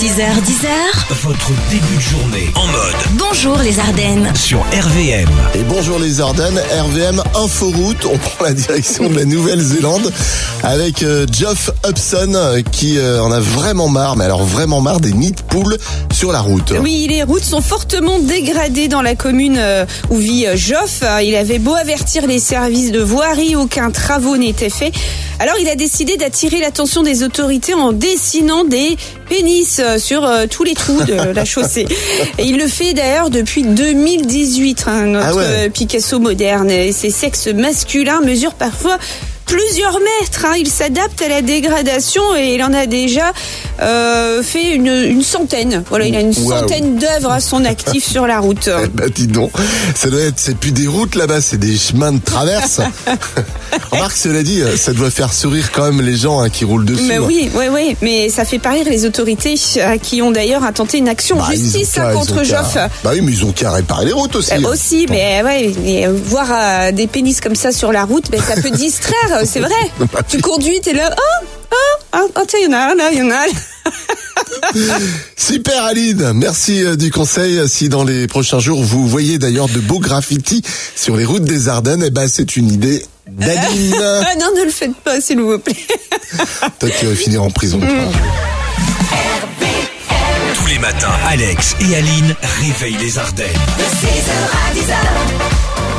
6h10h, Votre début de journée en mode bonjour les Ardennes. sur RVM. Et bonjour les Ardennes, RVM Inforoute, on prend la direction de la Nouvelle-Zélande avec euh, Geoff Hobson euh, qui euh, en a vraiment marre, mais alors vraiment marre des nids de poules sur la route. Oui, les routes sont fortement dégradées dans la commune euh, où vit euh, Joff. Euh, Il avait beau avertir les services de voirie, aucun travaux n'était fait. Alors il a décidé d'attirer l'attention des autorités en dessinant des pénis euh, sur euh, tous les trous de la chaussée. Et il le fait d'ailleurs depuis 2018, hein, notre Ah ouais. euh, Picasso moderne. Et ses sexes masculins mesurent parfois plusieurs mètres. hein. Il s'adapte à la dégradation et il en a déjà euh, fait une, une centaine. Voilà, il a une Waouh. centaine d'œuvres à son actif sur la route. Eh ben dis donc, ça doit être, c'est plus des routes là-bas, c'est des chemins de traverse. Remarque, cela dit, euh, ça doit faire sourire quand même les gens hein, qui roulent dessus. Mais hein. oui, oui, oui, mais ça fait pas rire les autorités euh, qui ont d'ailleurs intenté une action Bah, ils ont justice qu'à- hein, ils ont contre qu'à- Joff. Bah oui, mais ils ont qu'à réparer les routes aussi. Euh, aussi, mais euh, ouais, mais, euh, voir euh, des pénis comme ça sur la route, ben, ça peut distraire, euh, c'est vrai. Bah, Tu conduis, t'es là, oh, oh, oh, oh, tiens, il y en a un là, il y en a un. là. Super Aline, merci euh, du conseil. Si dans les prochains jours vous voyez d'ailleurs de beaux graffitis sur les routes des Ardennes, eh ben c'est une idée d'Aline. Ah non, ne le faites pas, s'il vous plaît. Toi qui vas finir en prison. Tous les matins, Alex et Aline réveillent les Ardennes. De 6h à 10h,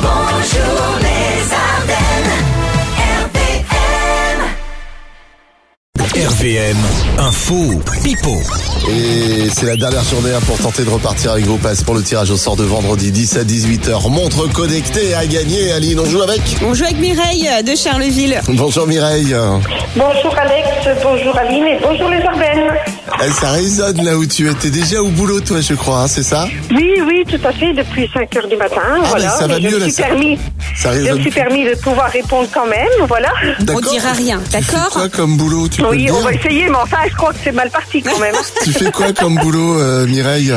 bonjour les Ardennes, RPM. RVM, info, pipo. Et c'est la dernière journée hein, pour tenter de repartir avec vos passes pour le tirage au sort de vendredi 10 à 18h. Montre connectée à gagner. Aline, on joue avec On joue avec Mireille euh, de Charleville. Bonjour Mireille. Bonjour Alex, bonjour Aline et bonjour les Ardennes. Eh, ça résonne là où tu étais déjà au boulot, toi, je crois, hein, c'est ça Oui, oui, tout à fait, depuis 5 heures du matin. voilà, Ah, mais ça mais va je mieux, me là, suis ça- permis, Ça je résonne. me suis permis de pouvoir répondre quand même, voilà. On D'accord dira rien, Tu fais d'accord quoi comme boulot tu peux Oui, le on dire va essayer, mais enfin, je crois que c'est mal parti quand même. Tu fais quoi comme boulot, euh, Mireille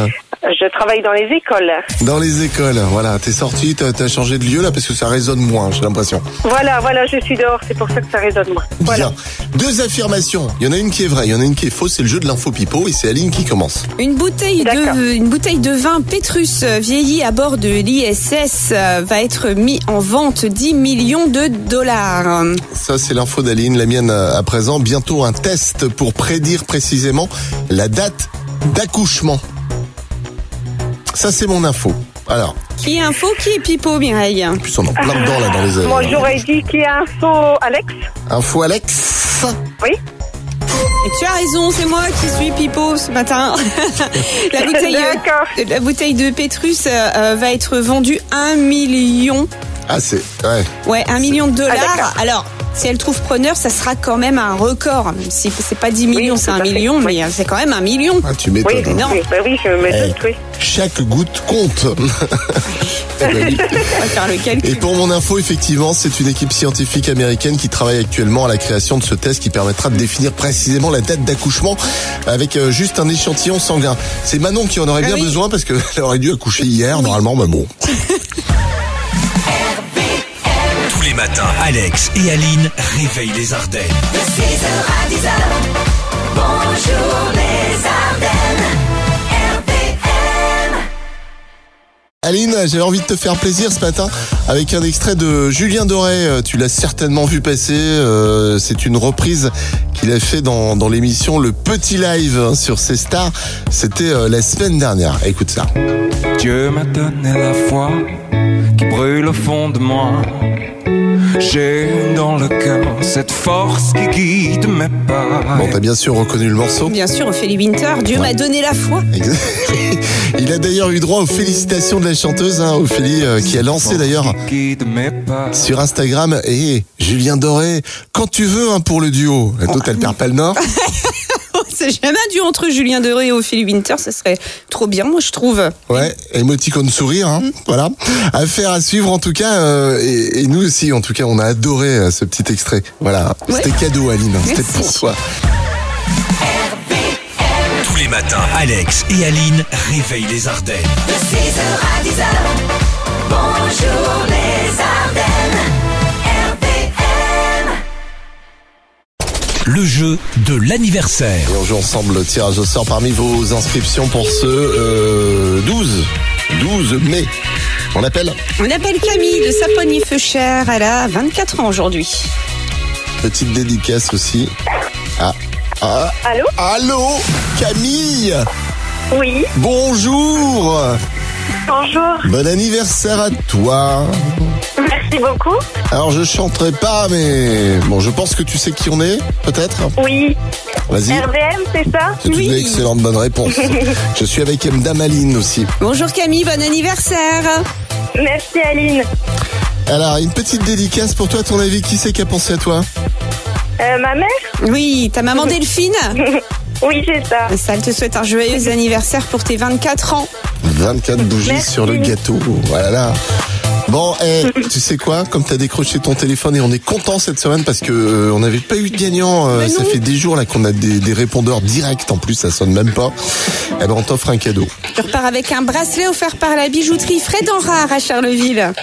je travaille dans les écoles. Dans les écoles, voilà. T'es sorti, t'as t'as changé de lieu là parce que ça résonne moins, j'ai l'impression. Voilà, voilà, je suis dehors, c'est pour ça que ça résonne moins. Voilà. Bien. Deux affirmations. Il y en a une qui est vraie, il y en a une qui est fausse. C'est le jeu de l'info pipo et c'est Aline qui commence. Une bouteille, D'accord. de, une bouteille de vin Petrus euh, vieilli à bord de l'ISS euh, va être mis en vente 10 millions de dollars. Ça, c'est l'info d'Aline, la mienne euh, à présent. Bientôt un test pour prédire précisément la date d'accouchement. Ça, c'est mon info. Alors, Qui est info, qui est pipo, Mireille en plus on en plein dedans là dans les Moi, euh, j'aurais dit qu'il y a un saut, Alex. info Alex. Oui. Et tu as raison, c'est moi qui suis pipo ce matin. la, bouteille, euh, D'accord. la bouteille de Petrus euh, euh, va être vendue 1 million. Ah, c'est ouais. Ouais, 1 million de dollars. Ah, d'accord. Alors, si elle trouve preneur, ça sera quand même un record. Même Si c'est pas 10 millions, c'est tout un à fait. million, Oui. mais euh, c'est quand même un million. Ah, tu Oui, m'étonnes. hein. non. Ben oui, je me Eh. doute, oui. Chaque goutte compte. Eh ben oui. On va faire le Et calcul. pour mon info, effectivement, c'est une équipe scientifique américaine qui travaille actuellement à la création de ce test qui permettra de définir précisément la date d'accouchement avec euh, juste un échantillon sanguin. C'est Manon qui en aurait Ah bien oui. besoin parce qu'elle aurait dû accoucher hier, normalement, mais bon. Tous les matins, Alex et Aline réveillent les Ardennes. De 6h à 10h, bonjour les Ardennes, RPM. Aline, j'avais envie de te faire plaisir ce matin avec un extrait de Julien Doré. Euh, Tu l'as certainement vu passer. euh, c'est une reprise qu'il a fait dans, dans l'émission Le Petit Live hein, sur ses stars. C'était euh, la semaine dernière. Écoute ça. Dieu m'a donné la foi qui brûle au fond de moi. J'ai dans le cœur cette force qui guide mes pas. Bon, t'as bien sûr reconnu le morceau. Bien sûr, Ophélie Winter, Dieu m'a donné la foi. Exact. Il a d'ailleurs eu droit aux félicitations de la chanteuse, hein, Ophélie, euh, qui a lancé d'ailleurs Qui guide mes pas. sur Instagram et Julien Doré, quand tu veux hein, pour le duo. Oh. La toute, elle perd pas le nord. C'est jamais un duo entre Julien Doré et Ophélie Winter, ça serait trop bien, moi je trouve. Ouais, émoticône sourire, hein, Mm. voilà. Affaire à suivre en tout cas, euh, et, et nous aussi en tout cas, on a adoré euh, ce petit extrait. Voilà, Ouais. c'était cadeau Aline, hein, c'était Merci. pour toi. Tous les matins, Alex et Aline réveillent les Ardennes. De 6h à 10h, bonjour les Ardennes, RPM. le jeu de l'anniversaire. Et on joue ensemble le tirage au sort parmi vos inscriptions pour ce euh, 12, 12 mai. On appelle On appelle Camille de Saponie-Feuchère. Elle a 24 ans aujourd'hui. Petite dédicace aussi. Ah, ah, Allô allô Camille Oui, Bonjour bonjour, Bon anniversaire à toi merci beaucoup. Alors je chanterai pas mais bon je pense que tu sais qui on est peut-être Oui, Vas-y RVM, c'est ça C'est une excellente bonne réponse Je suis avec M. Damaline aussi Bonjour Camille, bon anniversaire. Merci Aline. Alors une petite dédicace pour toi à ton avis qui c'est qui a pensé à toi Euh, ma mère Oui, ta maman Delphine. Oui, c'est ça. Ça, elle te souhaite un joyeux anniversaire pour tes 24 ans. 24 bougies Merci. sur le gâteau Voilà Bon, eh, tu sais quoi Comme t'as décroché ton téléphone et on est content cette semaine parce que euh, on n'avait pas eu de gagnant. euh, Mais ça non. fait des jours là qu'on a des, des répondeurs directs en plus, ça sonne même pas. Eh ben on t'offre un cadeau. Tu repars avec un bracelet offert par la bijouterie Fred Enrard à Charleville.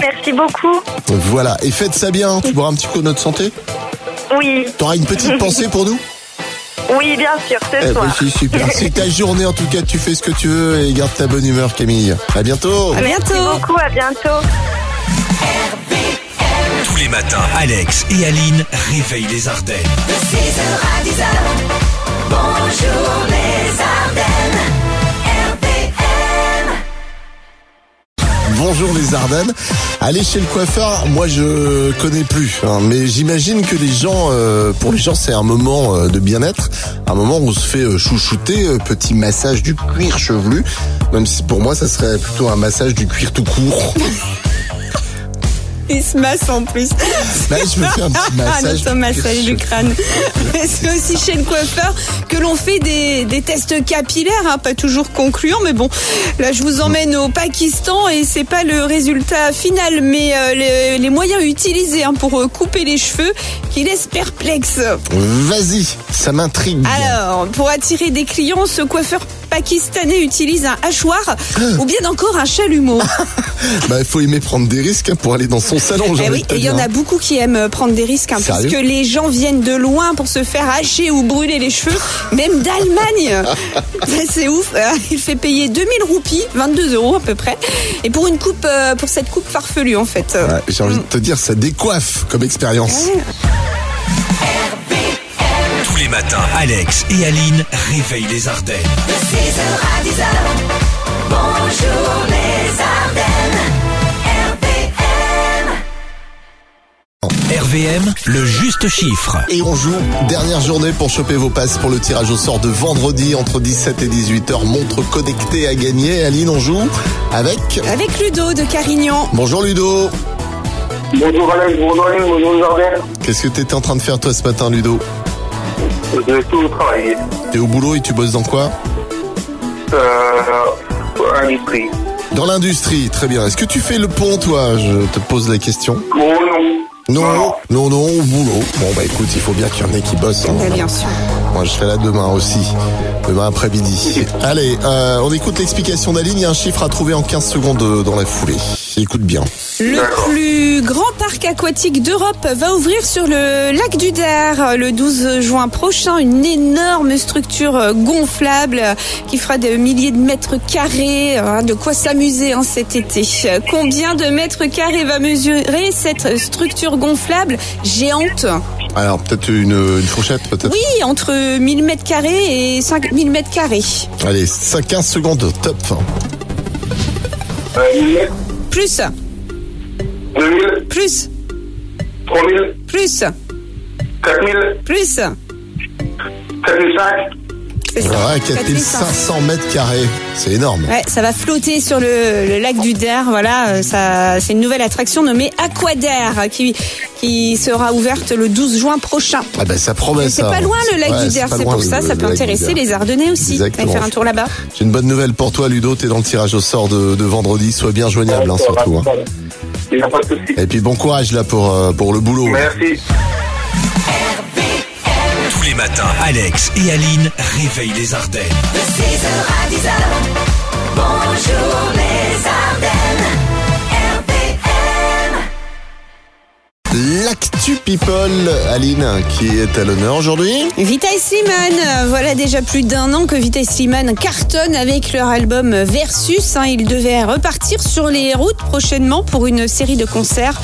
Merci beaucoup. Voilà, et faites ça bien. hein. Tu boiras un petit coup de notre santé Oui, T'auras une petite pensée pour nous oui, bien sûr, ce Eh ben, soir. c'est super. C'est ta journée en tout cas. Tu fais ce que tu veux et garde ta bonne humeur, Camille. À bientôt. À Merci bientôt. beaucoup, à bientôt. Tous les matins, Alex et Aline réveillent les Ardennes. De 6h à 10h, bonjour les Ardennes, RPM. Bonjour les Ardennes. Allez chez le coiffeur, moi je connais plus, hein, mais j'imagine que les gens, euh, pour les gens, c'est un moment euh, de bien-être, un moment où on se fait euh, chouchouter, euh, petit massage du cuir chevelu, même si pour moi ça serait plutôt un massage du cuir tout court. Il se masse en plus. Là, Bah, je me fais un petit Ah, Un massage. automassage du crâne. C'est aussi chez le coiffeur que l'on fait des, des tests capillaires, hein, pas toujours concluants, mais bon, là je vous emmène au Pakistan et c'est pas le résultat final, mais euh, les, les moyens utilisés hein, pour euh, couper les cheveux qui laissent perplexe. Vas-y, ça m'intrigue. Alors, pour attirer des clients, ce coiffeur pakistanais utilise un hachoir Ah. ou bien encore un chalumeau. Bah, il faut aimer prendre des risques hein, pour aller dans son salon. j'ai Eh envie oui, de te et il y dire. en a beaucoup qui aiment euh, prendre des risques, hein, Sérieux puisque les gens viennent de loin pour se faire hacher ou brûler les cheveux, même d'Allemagne. Ça, C'est ouf. Euh, Il fait payer 2000 roupies, 22 euros à peu près, et pour une coupe, euh, pour cette coupe farfelue en fait. Euh, Ouais, j'ai envie de te dire, ça décoiffe comme Ah expérience. Tous les matins, Alex et Aline réveillent les Ardennes. De 6h à 10h, bonjour les Ardennes, RPM. RVM, le juste chiffre. Et on joue, dernière journée pour choper vos passes pour le tirage au sort de vendredi entre 17 et 18h. Montre connectée à gagner. Aline, on joue avec. Avec Ludo de Carignan. Bonjour Ludo. Bonjour Alex, bonjour Aline, bonjour Jardin. Qu'est-ce que t'étais en train de faire toi ce matin, Ludo Je vais tout travailler. T'es au boulot et tu bosses dans quoi Euh, industrie. Dans l'industrie, très bien. Est-ce que tu fais le pont, toi Je te pose la question. Bon, non. Non, non, non, au boulot. Bon, bah écoute, il faut bien qu'il y en ait qui bossent. hein. Eh bien sûr. Moi, je serai là demain aussi. Demain après-midi. Allez, euh, on écoute l'explication d'Aline. Il y a un chiffre à trouver en 15 secondes euh, dans la foulée. Écoute bien. Le D'accord. plus grand parc aquatique d'Europe va ouvrir sur le lac du Der euh, le 12 juin prochain. Une énorme structure euh, gonflable euh, qui fera des milliers de mètres carrés. hein, De quoi s'amuser hein, cet été. Euh, Combien de mètres carrés va mesurer cette structure gonflable géante Alors, peut-être une, une fourchette, peut-être Oui, entre 1000 mètres carrés et 5000 mètres carrés. Allez, 5, 15 secondes, top. Euh, 1000 mètres, Plus, 2000, plus, 3000, plus, 4000, plus. 4005. C'est ça. Ouais, 4500 mètres carrés. C'est énorme. Ouais, ça va flotter sur le, le lac du Der. Voilà, euh, ça, c'est une nouvelle attraction nommée Aquadair euh, qui, qui sera ouverte le 12 juin prochain. Ah ben, ça promet C'est ça. pas loin le lac Ouais, du Der, pas c'est loin, pour ça, le- ça le peut lac du intéresser Der. les Ardennais aussi. Allez Exactement. faire un tour là-bas. J'ai une bonne nouvelle pour toi, Ludo. T'es dans le tirage au sort de, de vendredi. Sois bien joignable, hein, surtout. hein. Il n'y a pas de souci. Et puis, bon courage, là, pour, euh, pour le boulot. Merci. Tous les matins, Alex et Aline réveillent les Ardennes. De 6h à 10h, bonjour les Ardennes, RPM. l'actu people, Aline, qui est à l'honneur aujourd'hui. Vita et Slimane, euh, voilà déjà plus d'un an que Vita et Slimane cartonnent avec leur album Versus. hein. ils devaient repartir sur les routes prochainement pour une série de concerts.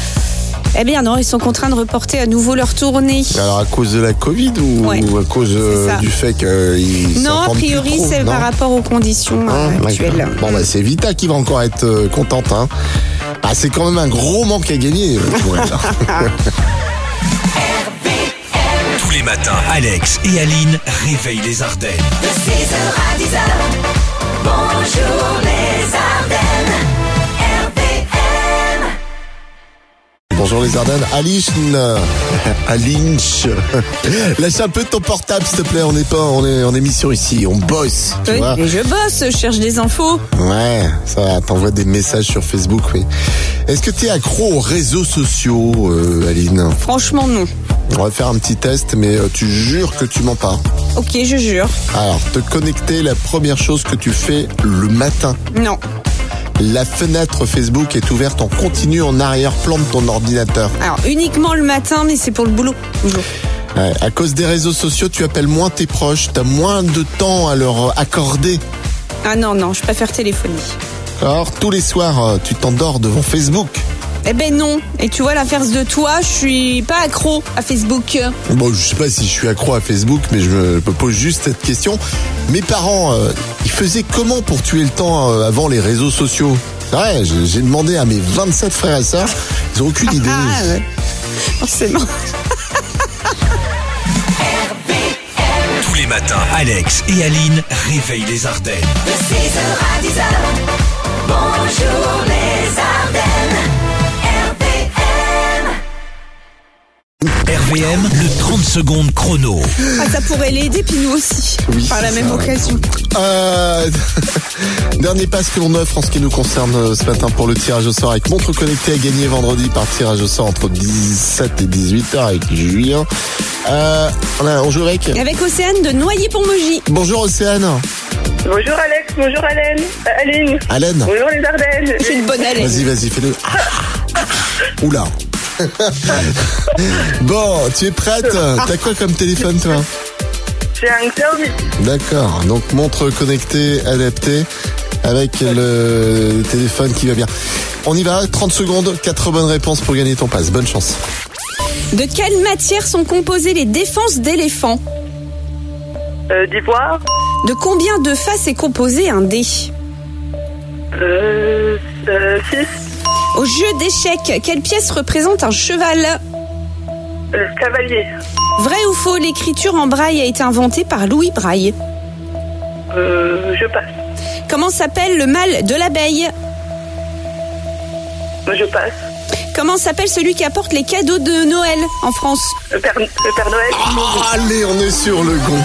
Eh bien non, ils sont contraints de reporter à nouveau leur tournée. Alors à cause de la Covid ou Ouais, à cause euh, c'est ça. du fait euh, qu'ils non, a priori, c'est par rapport aux conditions euh, actuelles. Ah, Bon bah c'est Vita qui va encore être euh, contente. Hein. Ah, c'est quand même un gros manque à gagner. euh, pour elle. Tous les matins, Alex et Aline réveillent les Ardennes. De 6h à 10h, bonjour les Ardennes. RPM. Bonjour les Ardennes, Aline, Aline, lâche un peu ton portable s'il te plaît. On n'est pas, on est en émission ici, on bosse. Tu Oui, vois mais je bosse, je cherche des infos. Ouais, ça va, t'envoies des messages sur Facebook, oui. Est-ce que t'es accro aux réseaux sociaux, euh, Aline Franchement, non. On va faire un petit test, mais euh, tu jures que tu mens pas. Ok, je jure. Alors, te connecter, la première chose que tu fais le matin. Non. La fenêtre Facebook est ouverte en continu en arrière-plan de ton ordinateur. Alors, uniquement le matin, mais c'est pour le boulot. toujours. Ouais, à cause des réseaux sociaux, tu appelles moins tes proches, t'as moins de temps à leur euh, accorder. Ah non, non, je préfère téléphoner. Or, tous les soirs, euh, tu t'endors devant Facebook. Eh ben non. Et tu vois, l'inverse de toi, je suis pas accro à Facebook. Bon, je sais pas si je suis accro à Facebook, mais je me me pose juste cette question. Mes parents, euh, ils faisaient comment pour tuer le temps euh, avant les réseaux sociaux C'est vrai, je- j'ai demandé à mes 27 frères et sœurs, ils ont aucune idée. Ah, ouais. Forcément. Tous les matins, Alex et Aline réveillent les Ardennes. De 6h à 10h, bonjour les Ardennes. RPM. RVM, le 30 secondes chrono. Ah, ça pourrait l'aider, puis nous aussi. Oui, par la c'est même ça, ouais. occasion. Euh, Dernier pass que l'on offre en ce qui nous concerne euh, ce matin pour le tirage au sort avec montre connectée à gagner vendredi par tirage au sort entre 17 et 18 heures avec Julien. Euh, on, a- on joue avec Avec Océane de Noyer-Pont-Mogy. Bonjour Océane, Bonjour Alex, bonjour Alain. Euh, Aline. Alain. Bonjour les Ardennes. J'ai une bonne haleine. Vas-y, vas-y, fais-le. Oula. bon, tu es prête T'as quoi comme téléphone, toi J'ai un Xiaomi. D'accord. Donc, montre connectée, adaptée, avec le téléphone qui va bien. On y va, 30 secondes, 4 bonnes réponses pour gagner ton passe. Bonne chance. De quelle matière sont composées les défenses d'éléphants Euh, D'ivoire. De combien de faces est composé un dé Euh, euh, 6. Au jeu d'échecs, quelle pièce représente un cheval Euh, cavalier. Vrai ou faux, l'écriture en braille a été inventée par Louis Braille. Euh, je passe. Comment s'appelle le mâle de l'abeille Je passe. Comment s'appelle celui qui apporte les cadeaux de Noël en France Le Père, le Père Noël. Allez, on est sur le gong.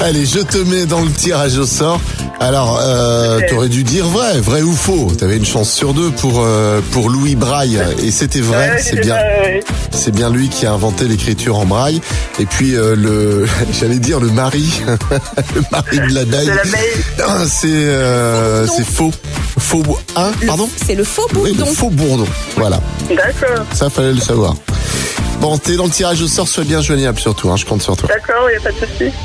Allez, je te mets dans le tirage au sort. Alors, euh, t'aurais dû dire vrai, vrai ou faux. T'avais une chance sur deux pour euh, pour Louis Braille et c'était vrai, Ouais, c'est je- bien. euh, C'est bien lui qui a inventé l'écriture en braille. Et puis euh, le, j'allais dire le mari, le mari de la de daille. la maille. C'est euh, Faux bourdon. c'est faux, faux bou- hein, pardon. C'est le faux Oui, le bourdon. faux bourdon. Voilà, D'accord. ça fallait le savoir. Bon, t'es dans le tirage au sort, sois bien joignable surtout. Hein, je compte sur toi. D'accord, il n'y a pas de souci.